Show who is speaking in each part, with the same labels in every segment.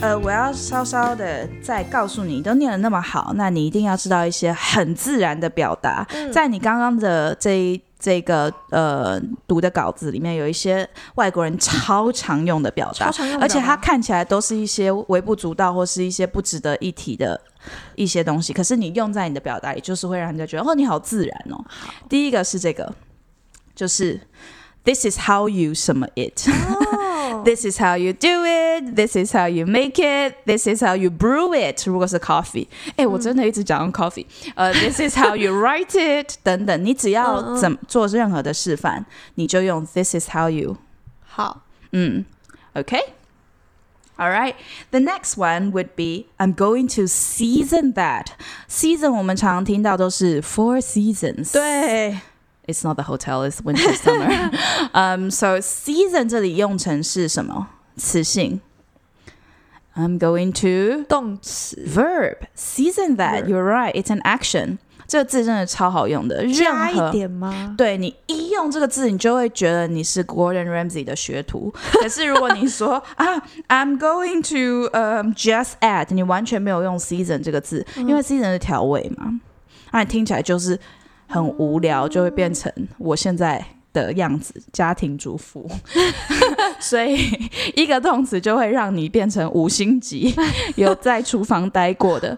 Speaker 1: 呃，我要稍稍的再告诉你，都念得那么好，那你一定要知道一些很自然的表达。
Speaker 2: 嗯
Speaker 1: 在你刚刚的这一这个呃读的稿子里面，有一些外国人超常用的表达
Speaker 2: 超，常用的
Speaker 1: 而且它
Speaker 2: 吗
Speaker 1: 看起来都是一些微不足道或是一些不值得一提的一些东西，可是你用在你的表达里，就是会让人家觉得哦，你好自然哦。第一个是这个，就是 This is how you 什么 it。This is how you do it. This is how you make it. This is how you brew it. 如果是 coffee，哎、我真的一直讲用 coffee。呃、t h i s is how you write it 等等，你只要怎么做任何的示范，你就用 This is how you
Speaker 2: 好
Speaker 1: Mm. Okay. All right. The next one would be I'm going to season that. Season 我们常听到都是 four seasons.
Speaker 2: 对
Speaker 1: It's not the hotel. It's winter summer. um. So season 这里用成是什么词性？I'm going to
Speaker 2: 动词
Speaker 1: verb season that.
Speaker 2: Verb.
Speaker 1: You're right. It's an action. 这个字真的超好用的，
Speaker 2: 加
Speaker 1: 任何
Speaker 2: 一点吗？
Speaker 1: 对你一用这个字，你就会觉得你是 Gordon Ramsay 的学徒。 可是如果你说啊，I'm going to um just add，你完全没有用 season 这个字，因为 season 是调味嘛，那、你听起来就是很无聊，就会变成我现在的样子，家庭主妇。 所以一个动词就会让你变成五星级，有在厨房待过的。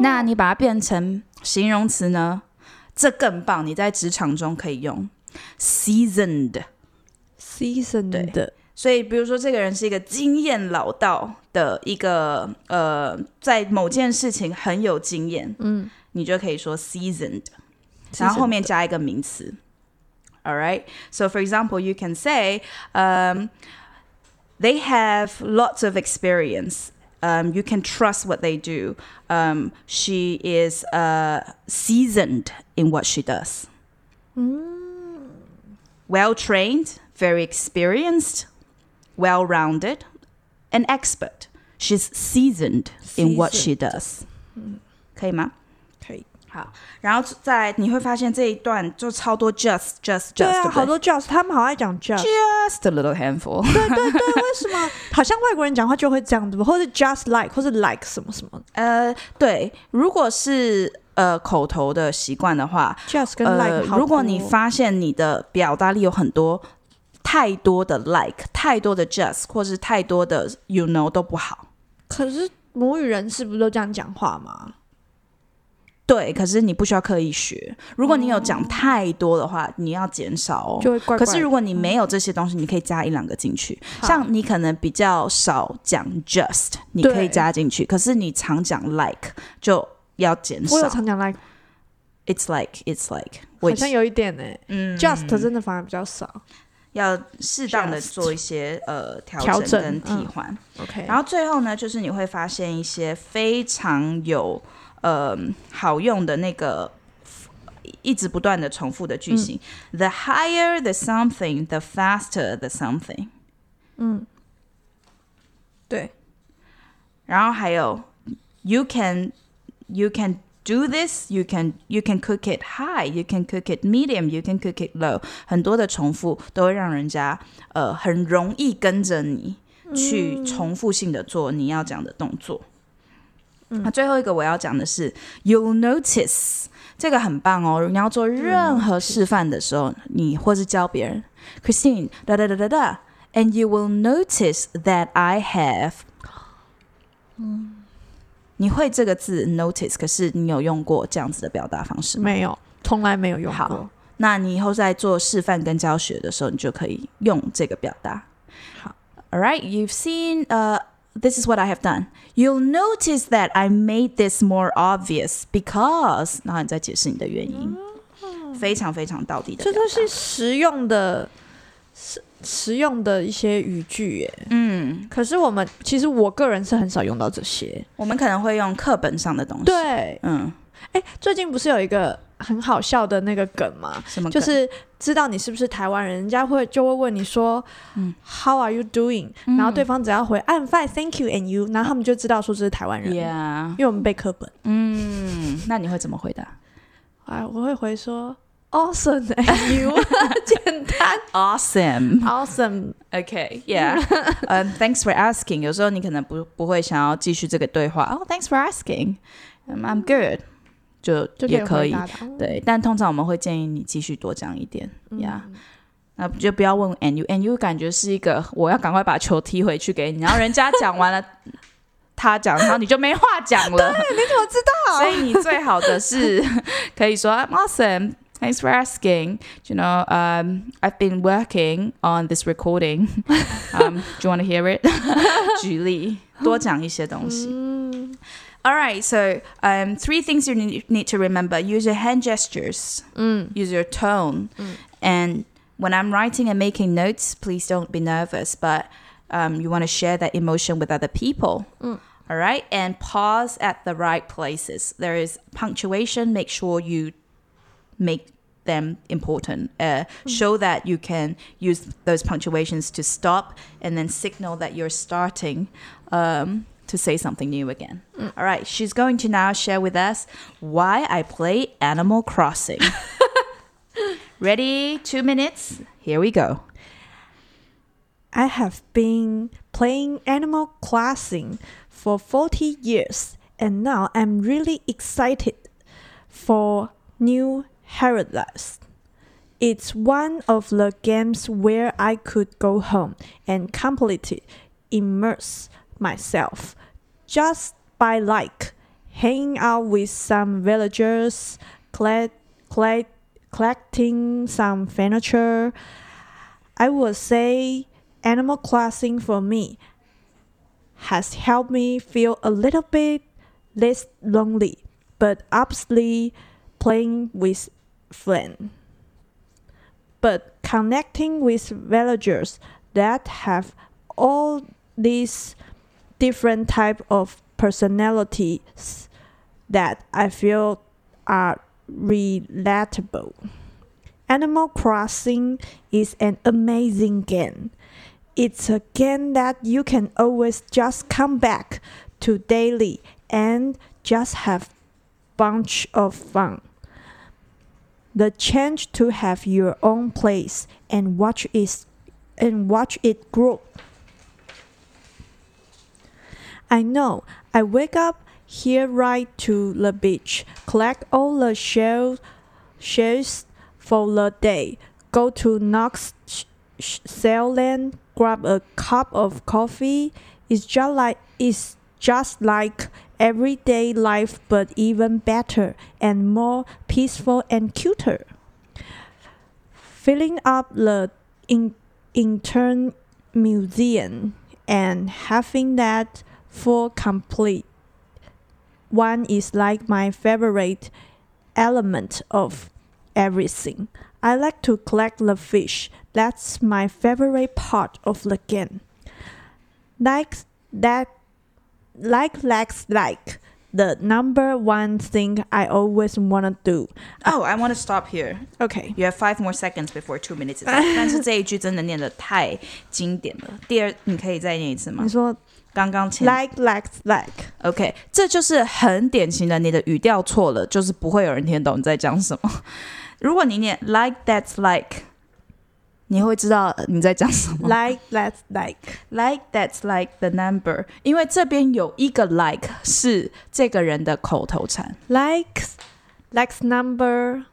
Speaker 1: 那你把它变成形容词呢？这更棒，你在职场中可以用 seasoned。
Speaker 2: ，season
Speaker 1: 对
Speaker 2: 的
Speaker 1: 所以，比如说，这个人是一个经验老道的一个呃，在某件事情很有经验，嗯，你就可以说 seasoned，然后后面加一个名词。All right. So, for example, you can say, um, they have lots of experience. Um, you can trust what they do. Um, she is uh, seasoned in what she does. Hmm. Well trained, very experienced, well rounded, an expert. She's seasoned, in what she does. 可以吗？
Speaker 2: 可以。
Speaker 1: 好，然后在你会发现这一段就超多 just just just，
Speaker 2: 对啊，
Speaker 1: 不
Speaker 2: 好多 just，他们好爱讲 just。
Speaker 1: just a little handful。啊
Speaker 2: 为什么 好像外国人讲话就会这样子，或是 just like，或是 like 什么什么
Speaker 1: 呃，对，如果是呃口头的习惯的话，
Speaker 2: just 跟
Speaker 1: 呃，
Speaker 2: like 好多。
Speaker 1: 如果你发现你的表达力有很多太多的 like、太多的 just 或是太多的 you know 都不好。
Speaker 2: 可是母语人士不是都这样讲话吗？
Speaker 1: 对，可是你不需要刻意学。如果你有讲太多的话，你要减少哦。
Speaker 2: 哦就会怪怪的。
Speaker 1: 可是如果你没有这些东西，你可以加一两个进去。
Speaker 2: 好
Speaker 1: 像你可能比较少讲 just，你可以
Speaker 2: 对
Speaker 1: 加进去。可是你常讲 like 就要减少
Speaker 2: 我。有常讲 like，
Speaker 1: It's like, it's like，我
Speaker 2: 好像有一点呢。
Speaker 1: 嗯
Speaker 2: just 真的反而比较少。
Speaker 1: 要适当的
Speaker 2: Just
Speaker 1: 做一些呃调
Speaker 2: 调
Speaker 1: 整
Speaker 2: 整
Speaker 1: 跟替
Speaker 2: 嗯
Speaker 1: 换。
Speaker 2: OK，
Speaker 1: 然后最后呢，就是你会发现一些非常有呃好用的那个一直不断的重复的句型。The
Speaker 2: 嗯
Speaker 1: higher the something, the faster the something。嗯
Speaker 2: 对，
Speaker 1: 然后还有 You can you can do this, you can you can cook it high, you can cook it medium, you can cook it low。很多的重复都会让人家呃很容易跟着你去重复性的做你要讲的动作。那最后一个我要讲的是，you'll notice 这个很棒哦。你要做任何示范的时候，你或是教别人，Christine 哒哒哒哒哒，and you will notice that I have。你会这个字 notice，可是你有用过这样子的表达方式吗？
Speaker 2: 没有，从来没有用
Speaker 1: 好
Speaker 2: 过。
Speaker 1: 那你以后在做示范跟教学的时候，你就可以用这个表达。
Speaker 2: 好
Speaker 1: ，All right, you've seen, uh, this is what I have done. You'll notice that I made this more obvious because，然后你再解释你的原因，非常非常到底的
Speaker 2: 这
Speaker 1: 表达。
Speaker 2: 都是实用的、实实用的一些语句耶。
Speaker 1: 嗯，
Speaker 2: 可是我们其实我个人是很少用到这些。
Speaker 1: 我们可能会用课本上的东西。，
Speaker 2: 对，
Speaker 1: 嗯，
Speaker 2: 哎，最近不是有一个很好笑的那个梗吗？
Speaker 1: 什么
Speaker 2: 就
Speaker 1: 梗
Speaker 2: 是知道你是不是台湾人，人家会就会问你说、
Speaker 1: 嗯
Speaker 2: h o w are you doing？、然后对方只要回 I'm fine, thank you and you，然后他们就知道说这是台湾人
Speaker 1: ，Yeah，
Speaker 2: 因为我们背课本。
Speaker 1: 嗯，那你会怎么回答？
Speaker 2: 哎，我会回说 awesome and you，简 单
Speaker 1: Awesome.
Speaker 2: awesome。
Speaker 1: Okay. Yeah. Um, thanks for asking. 有时候你可能不不会想要继续这个对话。Oh, thanks for asking. Um, I'm good. 就
Speaker 2: 就
Speaker 1: 也可
Speaker 2: 回
Speaker 1: 以。
Speaker 2: 答的嗯哦
Speaker 1: 对，但通常我们会建议你继续多讲一点呀。那就不要问 and you，and you 感觉是一个我要赶快把球踢回去给你，然后人家讲完了， 他讲，然后你就没话讲了。
Speaker 2: 你怎么知道？
Speaker 1: 所以你最好的是可以说 I'm awesome。Thanks for asking. You know, um, I've been working on this recording. Um, do you want to hear it? 举例，多讲一些东西。All
Speaker 2: Mm.
Speaker 1: right, so um, three things you need, need to remember: use your hand gestures,
Speaker 2: 嗯
Speaker 1: use your tone,
Speaker 2: Mm.
Speaker 1: and when I'm writing and making notes, please don't be nervous. But um, you want to share that emotion with other people.
Speaker 2: Mm.
Speaker 1: All right, and pause at the right places. There is punctuation. Make sure you make them important.
Speaker 2: Mm.
Speaker 1: Uh, Show that you can use those punctuations to stop and then signal that you're starting um, to say something new again.
Speaker 2: Mm.
Speaker 1: All right, she's going to now share with us why I play Animal Crossing. Ready? Two minutes. Here we go.
Speaker 2: I have been playing Animal Crossing for 40 years, and now I'm really excited for New Paradise. It's one of the games where I could go home and completely immerse myself just by like hanging out with some villagers, collect, collect, collecting some furniture. I would say Animal Crossing for me has helped me feel a little bit less lonely, but obviously playing with friends. But connecting with villagers that have all these different type of personalities that I feel are relatable. Animal Crossing is an amazing game. It's a game that you can always just come back to daily and just have bunch of fun. The chance to have your own place and watch it and watch it grow. I know. I wake up here right to the beach, collect all the shells shells for the day. Go to Knox sh- sh- sale land, grab a cup of coffee. It's just like it's just like everyday life, but even better and more peaceful and cuter. Filling up the in- intern museum and having that full complete one is like my favorite element of everything. I like to collect the fish. That's my favorite part of the game. Like that like like like the number one thing I always wanna do.
Speaker 1: Oh, I want to stop here.
Speaker 2: Okay.
Speaker 1: You have five more seconds before two minutes is up. 但是这一句真的念的太经典了。第二，你可以再念一次吗？
Speaker 2: 你说
Speaker 1: 刚刚前
Speaker 2: like like like
Speaker 1: OK，这就是很典型的，你的语调错了，就是不会有人听懂你在讲什么。 如果你念 like that's like，你会知道你在讲什么。
Speaker 2: like like like
Speaker 1: Like that's like the number，因为这边有一个 like 是这个人的口头禅。
Speaker 2: like like number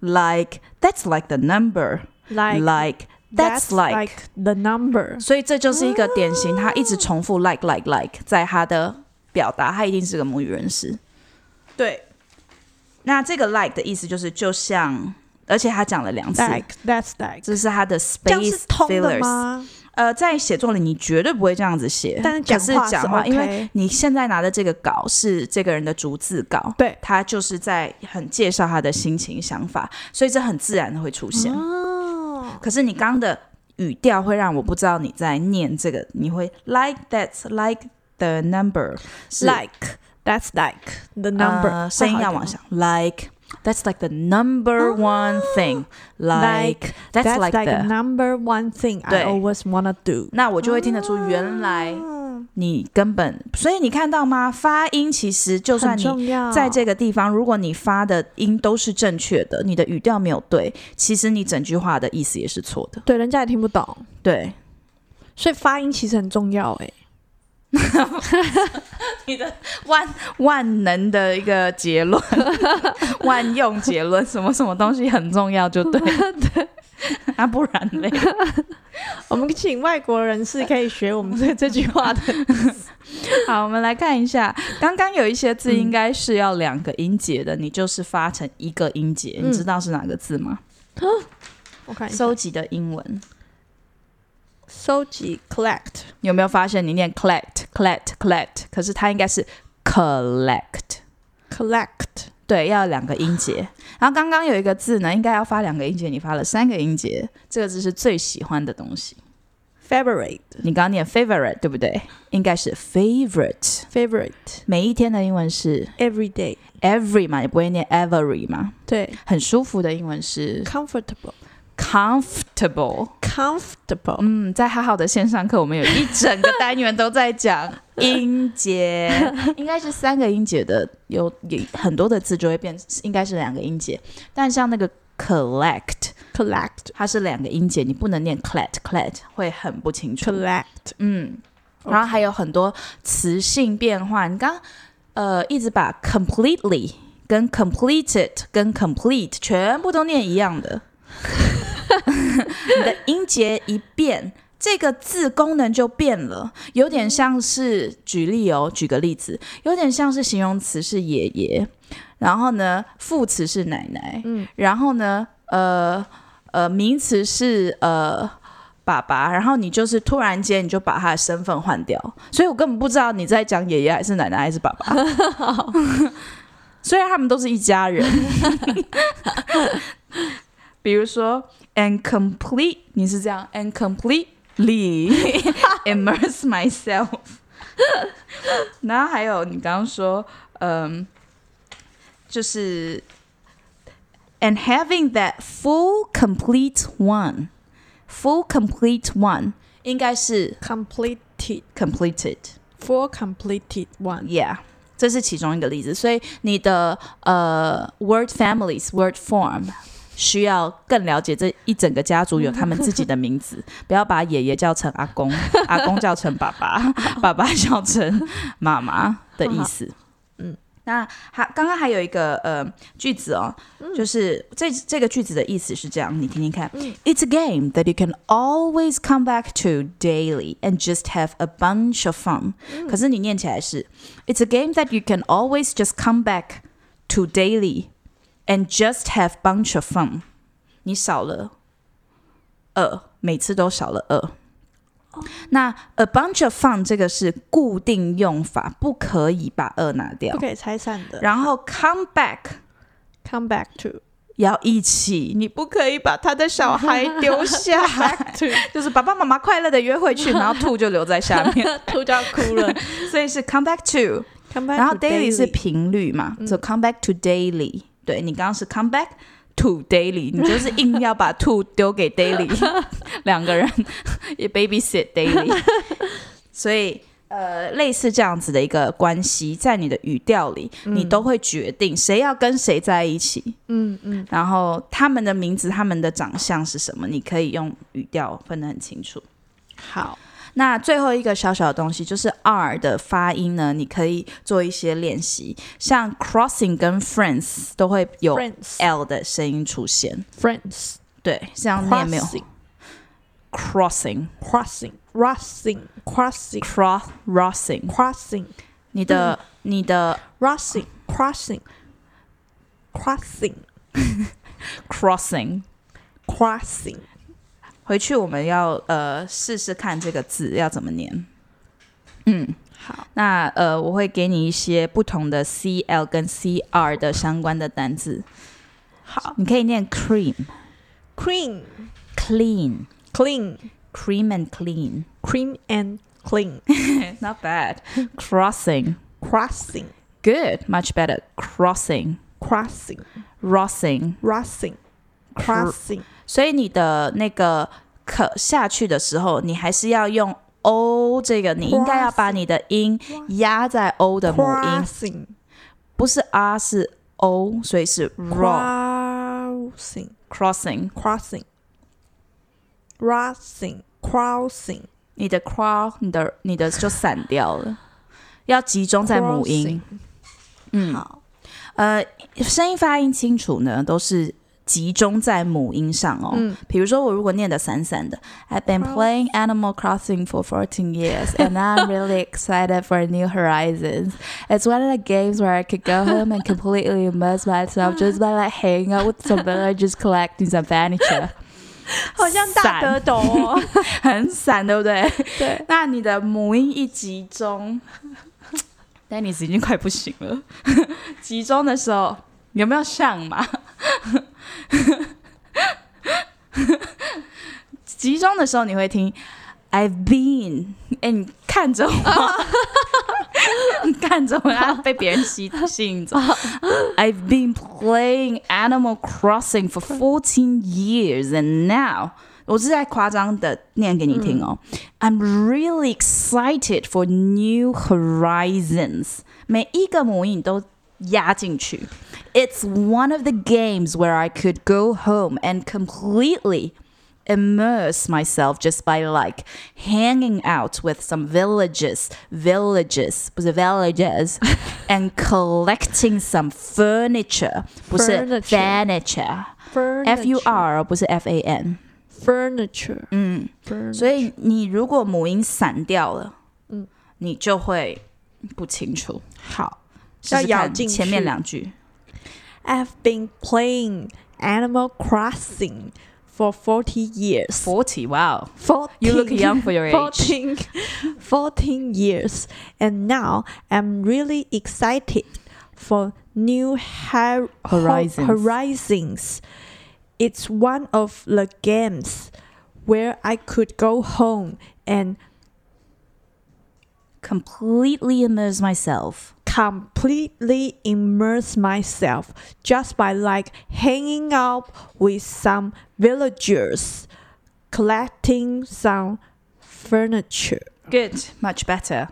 Speaker 1: Like that's like the number，like
Speaker 2: like
Speaker 1: that's like。
Speaker 2: the number.
Speaker 1: 所以这就是一个典型，他一直重
Speaker 2: 嗯
Speaker 1: 复 like like like，在他的表达，他一定是个母语人士。那这个 like 的意思就是，就像，而且他讲了两次
Speaker 2: like that's like
Speaker 1: 这是他的 space
Speaker 2: 这样是通的
Speaker 1: fillers。
Speaker 2: 吗？
Speaker 1: 呃，在写作里你绝对不会这样子写，
Speaker 2: 但是
Speaker 1: 可
Speaker 2: 讲
Speaker 1: 是
Speaker 2: 话是
Speaker 1: 讲话，因为
Speaker 2: OK
Speaker 1: 你现在拿的这个稿是这个人的逐字稿，
Speaker 2: 对
Speaker 1: 他就是在很介绍他的心情想法，所以这很自然的会出现。
Speaker 2: 哦，
Speaker 1: 可是你刚的语调会让我不知道你在念这个，你会 like that's like the number 是
Speaker 2: like that's like the number，、
Speaker 1: 呃声音要往下，like that's like the number one thing like that's
Speaker 2: Oh That's
Speaker 1: like
Speaker 2: like
Speaker 1: the
Speaker 2: number one thing I
Speaker 1: 对
Speaker 2: always wanna do。
Speaker 1: 那我就会听得出原来你根本，所以你看到吗？发音其实就算
Speaker 2: 很
Speaker 1: 你
Speaker 2: 重要。
Speaker 1: 在这个地方，如果你发的音都是正确的，你的语调没有对，其实你整句话的意思也是错的。
Speaker 2: 对人家也听不懂，
Speaker 1: 对，
Speaker 2: 所以发音其实很重要。哎，
Speaker 1: 你的万万能的一个结论， 万用结论，什么什么东西很重要，就 对。对，啊，不然嘞，
Speaker 2: 我们请外国人士可以学我们这这句话的。
Speaker 1: 好，我们来看一下，刚刚有一些字应该是要两个音节的，你就是发成一个音节，
Speaker 2: 嗯
Speaker 1: 你知道是哪个字吗？
Speaker 2: 我看一下，
Speaker 1: 收集的英文
Speaker 2: 收集 collect
Speaker 1: 有没有发现你念 collect collect collect，可是它应该是 collect。
Speaker 2: collect
Speaker 1: 对，要两个音节。然后刚刚有一个字呢，应该要发两个音节，你发了三个音节，这个字是最喜欢的东西。
Speaker 2: favorite
Speaker 1: 你刚刚念 favorite 对不对？应该是 favorite。
Speaker 2: favorite
Speaker 1: 每一天的英文是
Speaker 2: every day。
Speaker 1: every 嘛，你不会念 every 嘛？
Speaker 2: 对
Speaker 1: 很舒服的英文是
Speaker 2: ，comfortable
Speaker 1: comfortable。
Speaker 2: comfortable。
Speaker 1: 嗯，在哈好的线上课，我们有一整个单元都在讲音节，应该是三个音节的，有有很多的字就会变，应该是两个音节。但像那个 collect，
Speaker 2: collect
Speaker 1: 它是两个音节，你不能念 clat clat，会很不清楚。
Speaker 2: collect
Speaker 1: 嗯，然后还有很多词性变换。你刚呃一直把 completely 跟 completed 跟 complete 全部都念一样的，你的音节一变。这个字功能就变了，有点像是举例哦，举个例子，有点像是形容词是爷爷，然后呢副词是奶奶，
Speaker 2: 嗯
Speaker 1: 然后呢呃呃名词是呃爸爸，然后你就是突然间你就把他的身份换掉，所以我根本不知道你在讲爷爷还是奶奶还是爸爸。虽然他们都是一家人，比如说 and complete，你是这样 and completely immerse myself，然后还有你刚刚说，嗯，就是 and having that full complete one。full complete one 应该是
Speaker 2: completed
Speaker 1: completed。
Speaker 2: for completed one。
Speaker 1: Yeah，这是其中一个例子。所以你的呃 word families word form 需要更了解这一整个家族有他们自己的名字，不要把爷爷叫成阿公，阿公叫成爸爸，爸爸叫成妈妈的意思。
Speaker 2: 嗯，
Speaker 1: 那还刚刚还有一个呃句子哦，就是这这个句子的意思是这样，你听听看。It's a game that you can always come back to daily and just have a bunch of fun。可是你念起来是 It's a game that you can always just come back to daily and just have bunch of fun。你少了二，每次都少了二。那 a bunch of fun 这个是固定用法，不可以把二拿掉
Speaker 2: 不。可以拆散的。
Speaker 1: 然后 come back
Speaker 2: Come back to
Speaker 1: 要一起，你不可以把他的小孩丢下
Speaker 2: to，
Speaker 1: 就是爸爸妈妈快乐的约会去，然后 to 就留在下面，
Speaker 2: 突然哭了。
Speaker 1: 所以是 come back to，
Speaker 2: Come back
Speaker 1: 然后
Speaker 2: to 嗯
Speaker 1: daily 是频率嘛，就 come back to daily。对你刚刚是 come back to daily，你就是硬要把 to 丢给 daily，两 个人也 babysit daily，所以。呃，类似这样子的一个关系，在你的语调里，你都会决定谁要跟谁在一起。
Speaker 2: 嗯嗯，
Speaker 1: 然后他们的名字、他们的长相是什么，你可以用语调分得很清楚。
Speaker 2: 好，
Speaker 1: 那最后一个小小的东西就是 R 的发音呢，你可以做一些练习，像 crossing 跟 friends 都会有
Speaker 2: friends
Speaker 1: L 的声音出现。
Speaker 2: friends
Speaker 1: 对，这样念没有 crossing
Speaker 2: crossing crossing crossing 嗯
Speaker 1: cross crossing，
Speaker 2: crossing
Speaker 1: 你的、你的
Speaker 2: crossing crossing crossing
Speaker 1: crossing。
Speaker 2: crossing
Speaker 1: 回去我们要呃试试看这个字要怎么念。
Speaker 2: 好，
Speaker 1: 那呃，我会给你一些不同的 C L 跟 C R 的相关的单字。
Speaker 2: 好
Speaker 1: 你可以念 cream、
Speaker 2: clean
Speaker 1: clean、
Speaker 2: clean
Speaker 1: cream and clean。
Speaker 2: cream and clean
Speaker 1: Not bad. Crossing.
Speaker 2: crossing
Speaker 1: Good. Much better. Crossing.
Speaker 2: crossing
Speaker 1: Rossing.
Speaker 2: crossing crossing
Speaker 1: 所以你的那个可下去的时候，你还是要用 O o 这个，你应该要把你的音压在 o 的母音，
Speaker 2: crossing
Speaker 1: 不是 r 是 o，所以是 raw
Speaker 2: crossing
Speaker 1: crossing。
Speaker 2: crossing crossing crossing
Speaker 1: 你的 crow，你的你的就散掉了，要集中在母音。嗯，
Speaker 2: 好，
Speaker 1: 呃，声音发音清楚呢，都是集中在母音上哦。
Speaker 2: 嗯
Speaker 1: 比如说我如果念的散散的，I've been playing Animal Crossing for 14 years and I'm really excited for New Horizons. It's one of the games where I could go home and completely immerse myself just by like hanging out with some villagers collecting some furniture.
Speaker 2: 好像大得懂哦，
Speaker 1: 很散，对不对？
Speaker 2: 对，
Speaker 1: 那你的母音一集中 ，Dennis 已经快不行了。 集中的时候有没有像嘛？ 集中的时候你会听 I've been，哎、你看着我， 你看着 我，然后被别人吸吸引走。I've been playing Animal Crossing for fourteen years and now，我是在夸张的念给你听哦。I'm really excited for new horizons。每一个母音都压进去。It's one of the games where I could go home and completely immerse myself just by like hanging out with some villages, villages, 不是 villages, and collecting some furniture, 不是
Speaker 2: Furniture.
Speaker 1: furniture, f u r Mm. 不是 f a n，
Speaker 2: furniture，
Speaker 1: 嗯，
Speaker 2: furniture
Speaker 1: 所以你如果母音散掉了，
Speaker 2: 嗯
Speaker 1: 你就会不清楚。
Speaker 2: 好
Speaker 1: 试试
Speaker 2: 要咬
Speaker 1: 看
Speaker 2: 进
Speaker 1: 前面
Speaker 2: 去
Speaker 1: 两句。
Speaker 2: ，I've been playing Animal Crossing for forty years.
Speaker 1: Forty, wow,
Speaker 2: Fourteen.
Speaker 1: you look young for your age.
Speaker 2: 14, 14 years and now i'm really excited for new Har- Ho-
Speaker 1: Horizons.
Speaker 2: horizons it's one of the games where i could go home and
Speaker 1: Completely immerse myself.
Speaker 2: completely immerse myself just by like hanging out with some villagers collecting some furniture
Speaker 1: Good, much better.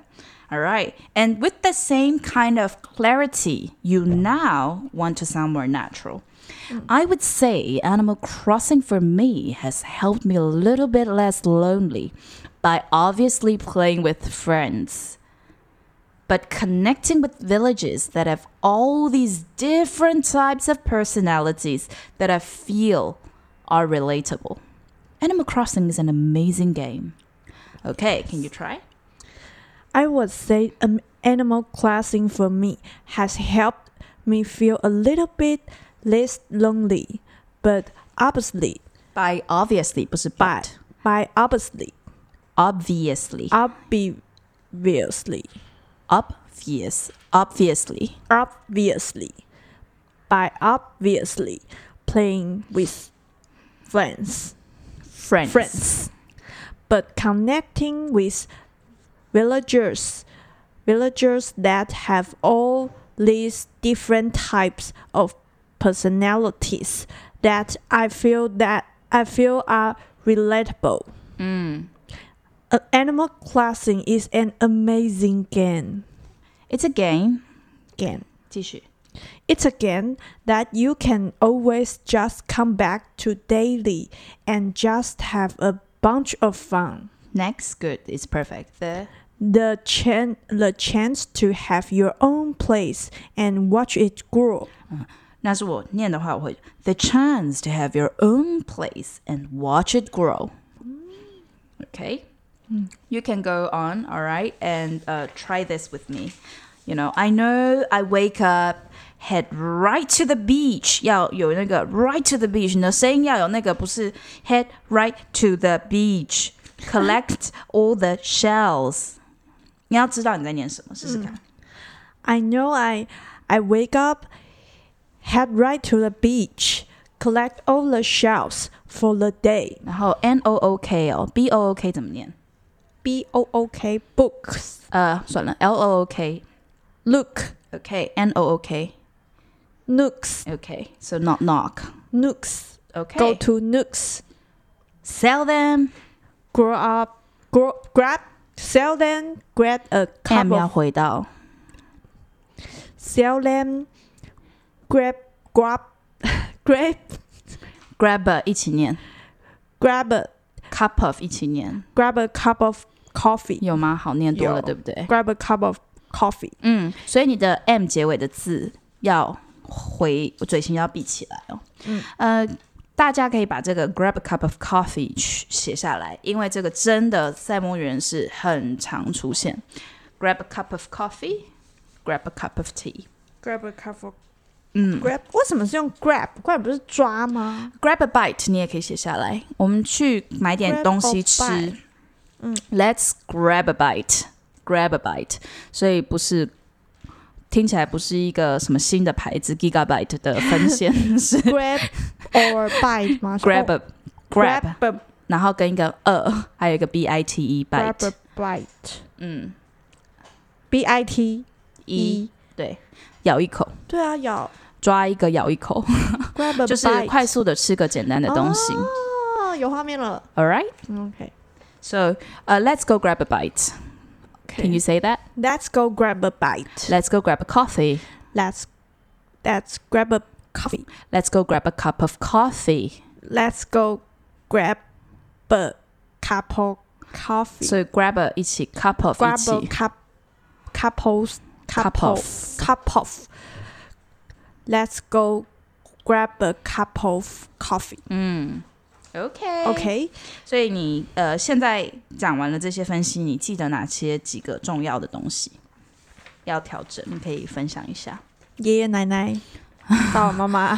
Speaker 1: All right. And with the same kind of clarity, you now want to sound more natural. I would say Animal Crossing for me has helped me a little bit less lonely by obviously playing with friends. But connecting with villages that have all these different types of personalities that I feel are relatable. Animal Crossing is an amazing game. Okay, can you try?
Speaker 2: I would say um, animal crossing for me has helped me feel a little bit less lonely, but obviously,
Speaker 1: By obviously 不是 but
Speaker 2: but by obviously,
Speaker 1: obviously
Speaker 2: obviously,
Speaker 1: obvious obviously
Speaker 2: obviously, by obviously playing with friends,
Speaker 1: friends
Speaker 2: friends, but connecting with villagers, villagers that have all these different types of personalities that I feel that I feel are relatable. Uh, Animal Crossing is an amazing game.
Speaker 1: It's a game.
Speaker 2: Game.
Speaker 1: 继续
Speaker 2: It's a game that you can always just come back to daily and just have a bunch of fun.
Speaker 1: next good is perfect. The
Speaker 2: The chan the chance to have your own place and watch it grow.
Speaker 1: 那是我念的话，我会 the chance to have your own place and watch it grow. Okay, you can go on. All right, and uh, try this with me. You know, I know I wake up. Head right to the beach，要有那个 right to the beach，你的声音要有那个不是 head right to the beach。Collect all the shells，你要知道你在念什么，试试看。
Speaker 2: I know I I wake up, head right to the beach, collect all the shells for the day.
Speaker 1: 然后 n o o k 哦，b o o k 怎么念？
Speaker 2: B O O K books.
Speaker 1: 呃，算了，L O O K。
Speaker 2: Look,
Speaker 1: Okay, N O O K.
Speaker 2: nooks,
Speaker 1: Okay, so not knock.
Speaker 2: nooks.
Speaker 1: Okay.
Speaker 2: Go to nooks.
Speaker 1: sell them.
Speaker 2: Grow up, grow grab Sell them, grab a cup
Speaker 1: M 要
Speaker 2: of
Speaker 1: 回到
Speaker 2: sell them, grab grab grab
Speaker 1: grab a 一起念
Speaker 2: grab a
Speaker 1: cup of 一起念
Speaker 2: grab a cup of coffee.
Speaker 1: 有吗？好念多了，
Speaker 2: 有
Speaker 1: 对不对？
Speaker 2: Grab a cup of coffee.
Speaker 1: 嗯，所以你的 M 结尾的字要回嘴型要闭起来哦。
Speaker 2: 嗯
Speaker 1: 呃，大家可以把这个 grab a cup of coffee 去写下来，因为这个真的赛摩语人是很常出现。Grab a cup of coffee, grab a cup of tea。
Speaker 2: Grab a cup of
Speaker 1: 嗯
Speaker 2: grab 为什么是用 grab？grab 不是 抓吗？
Speaker 1: ，grab a bite 你也可以写下来。我们去买点
Speaker 2: Grab
Speaker 1: 东西
Speaker 2: a
Speaker 1: 吃
Speaker 2: bite，嗯
Speaker 1: Let's grab a bite, grab a bite。所以不是听起来不是一个什么新的牌子，Gigabyte 的分 线是
Speaker 2: grab or bite 吗
Speaker 1: grab a grab，
Speaker 2: grab a
Speaker 1: 然后跟一个呃，还有一个 b i t e
Speaker 2: grab
Speaker 1: bite，
Speaker 2: a bite
Speaker 1: 嗯
Speaker 2: b i t e
Speaker 1: 一对，咬一口，
Speaker 2: 对啊，咬
Speaker 1: 抓一个咬一口，
Speaker 2: grab a
Speaker 1: 就是快速的吃个简单的东西。
Speaker 2: 哦，有画面了。
Speaker 1: All right,
Speaker 2: OK
Speaker 1: so uh, let's go grab a bite. Can you
Speaker 2: OK.
Speaker 1: say that?
Speaker 2: Let's go grab a bite.
Speaker 1: Let's go grab a coffee.
Speaker 2: Let's let's grab a coffee.
Speaker 1: Let's go grab a cup of coffee.
Speaker 2: Let's go grab a cup of coffee.
Speaker 1: So grab a 一起 cup of 一
Speaker 2: grab a
Speaker 1: 起
Speaker 2: cup couples
Speaker 1: cup of
Speaker 2: cup of. Let's go grab a cup of coffee.
Speaker 1: 嗯，OK
Speaker 2: OK，
Speaker 1: 所以你呃现在讲完了这些分析，你记得哪些几个重要的东西要调整？你可以分享一下。
Speaker 2: 爷爷奶 奶爸爸妈妈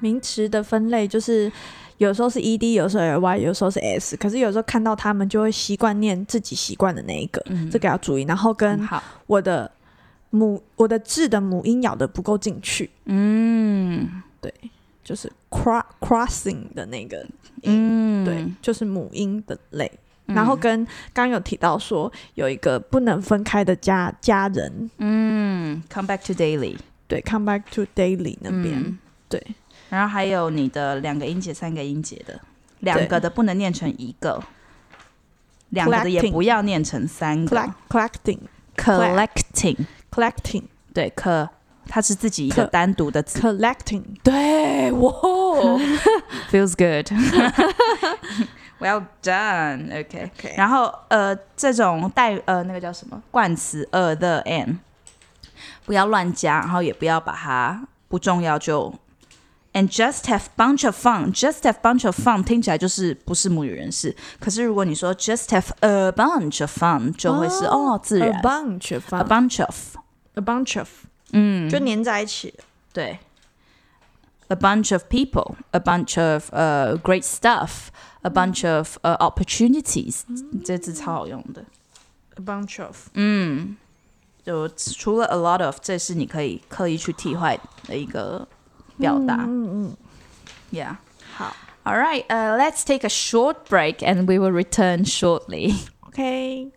Speaker 2: 名词的分类就是。有时候是 e d，有时候 l y，有时候是 s，可是有时候看到他们就会习惯念自己习惯的那一个，
Speaker 1: 嗯
Speaker 2: 这个要注意。然后跟
Speaker 1: 好，
Speaker 2: 我的母我的字的母音咬的不够进去，
Speaker 1: 嗯
Speaker 2: 就是 cro crossing 的那个音，
Speaker 1: 嗯，
Speaker 2: 对，就是母音的类。
Speaker 1: 嗯
Speaker 2: 然后跟刚刚有提到说有一个不能分开的家家人，
Speaker 1: 嗯，come back to daily
Speaker 2: 对，come back to daily 那边，
Speaker 1: 嗯
Speaker 2: 对，
Speaker 1: 然后还有你的两个音节、三个音节的，两个的不能念成一个，两个的也
Speaker 2: Collecting
Speaker 1: 不要念成三
Speaker 2: collect
Speaker 1: 个。
Speaker 2: collecting
Speaker 1: collecting，
Speaker 2: collecting
Speaker 1: 对，可它是自己一个
Speaker 2: Co-
Speaker 1: 单独的词。
Speaker 2: collecting
Speaker 1: 对，哇哦，feels good 。Well done, OK。
Speaker 2: OK，
Speaker 1: 然后呃，这种代呃那个叫什么冠词 a the and，不要乱加，然后也不要把它不重要就。And just have bunch of fun, just have bunch of fun，听起来就是不是母语人士。可是如果你说 just have a bunch of fun，就会是哦自
Speaker 2: a
Speaker 1: 然。
Speaker 2: bunch of
Speaker 1: A
Speaker 2: fun-
Speaker 1: bunch of，
Speaker 2: a bunch of
Speaker 1: 嗯，
Speaker 2: 就粘在一起了，
Speaker 1: 对，a bunch of people, a bunch of uh great stuff, a bunch of uh opportunities，、这字超好用的。
Speaker 2: a bunch of
Speaker 1: 嗯，就除了 a lot of，这是你可以刻意去替换的一个表达。
Speaker 2: 嗯嗯嗯，
Speaker 1: Yeah.
Speaker 2: 好
Speaker 1: All right. Uh, let's take a short break, and we will return shortly.
Speaker 2: ，OK。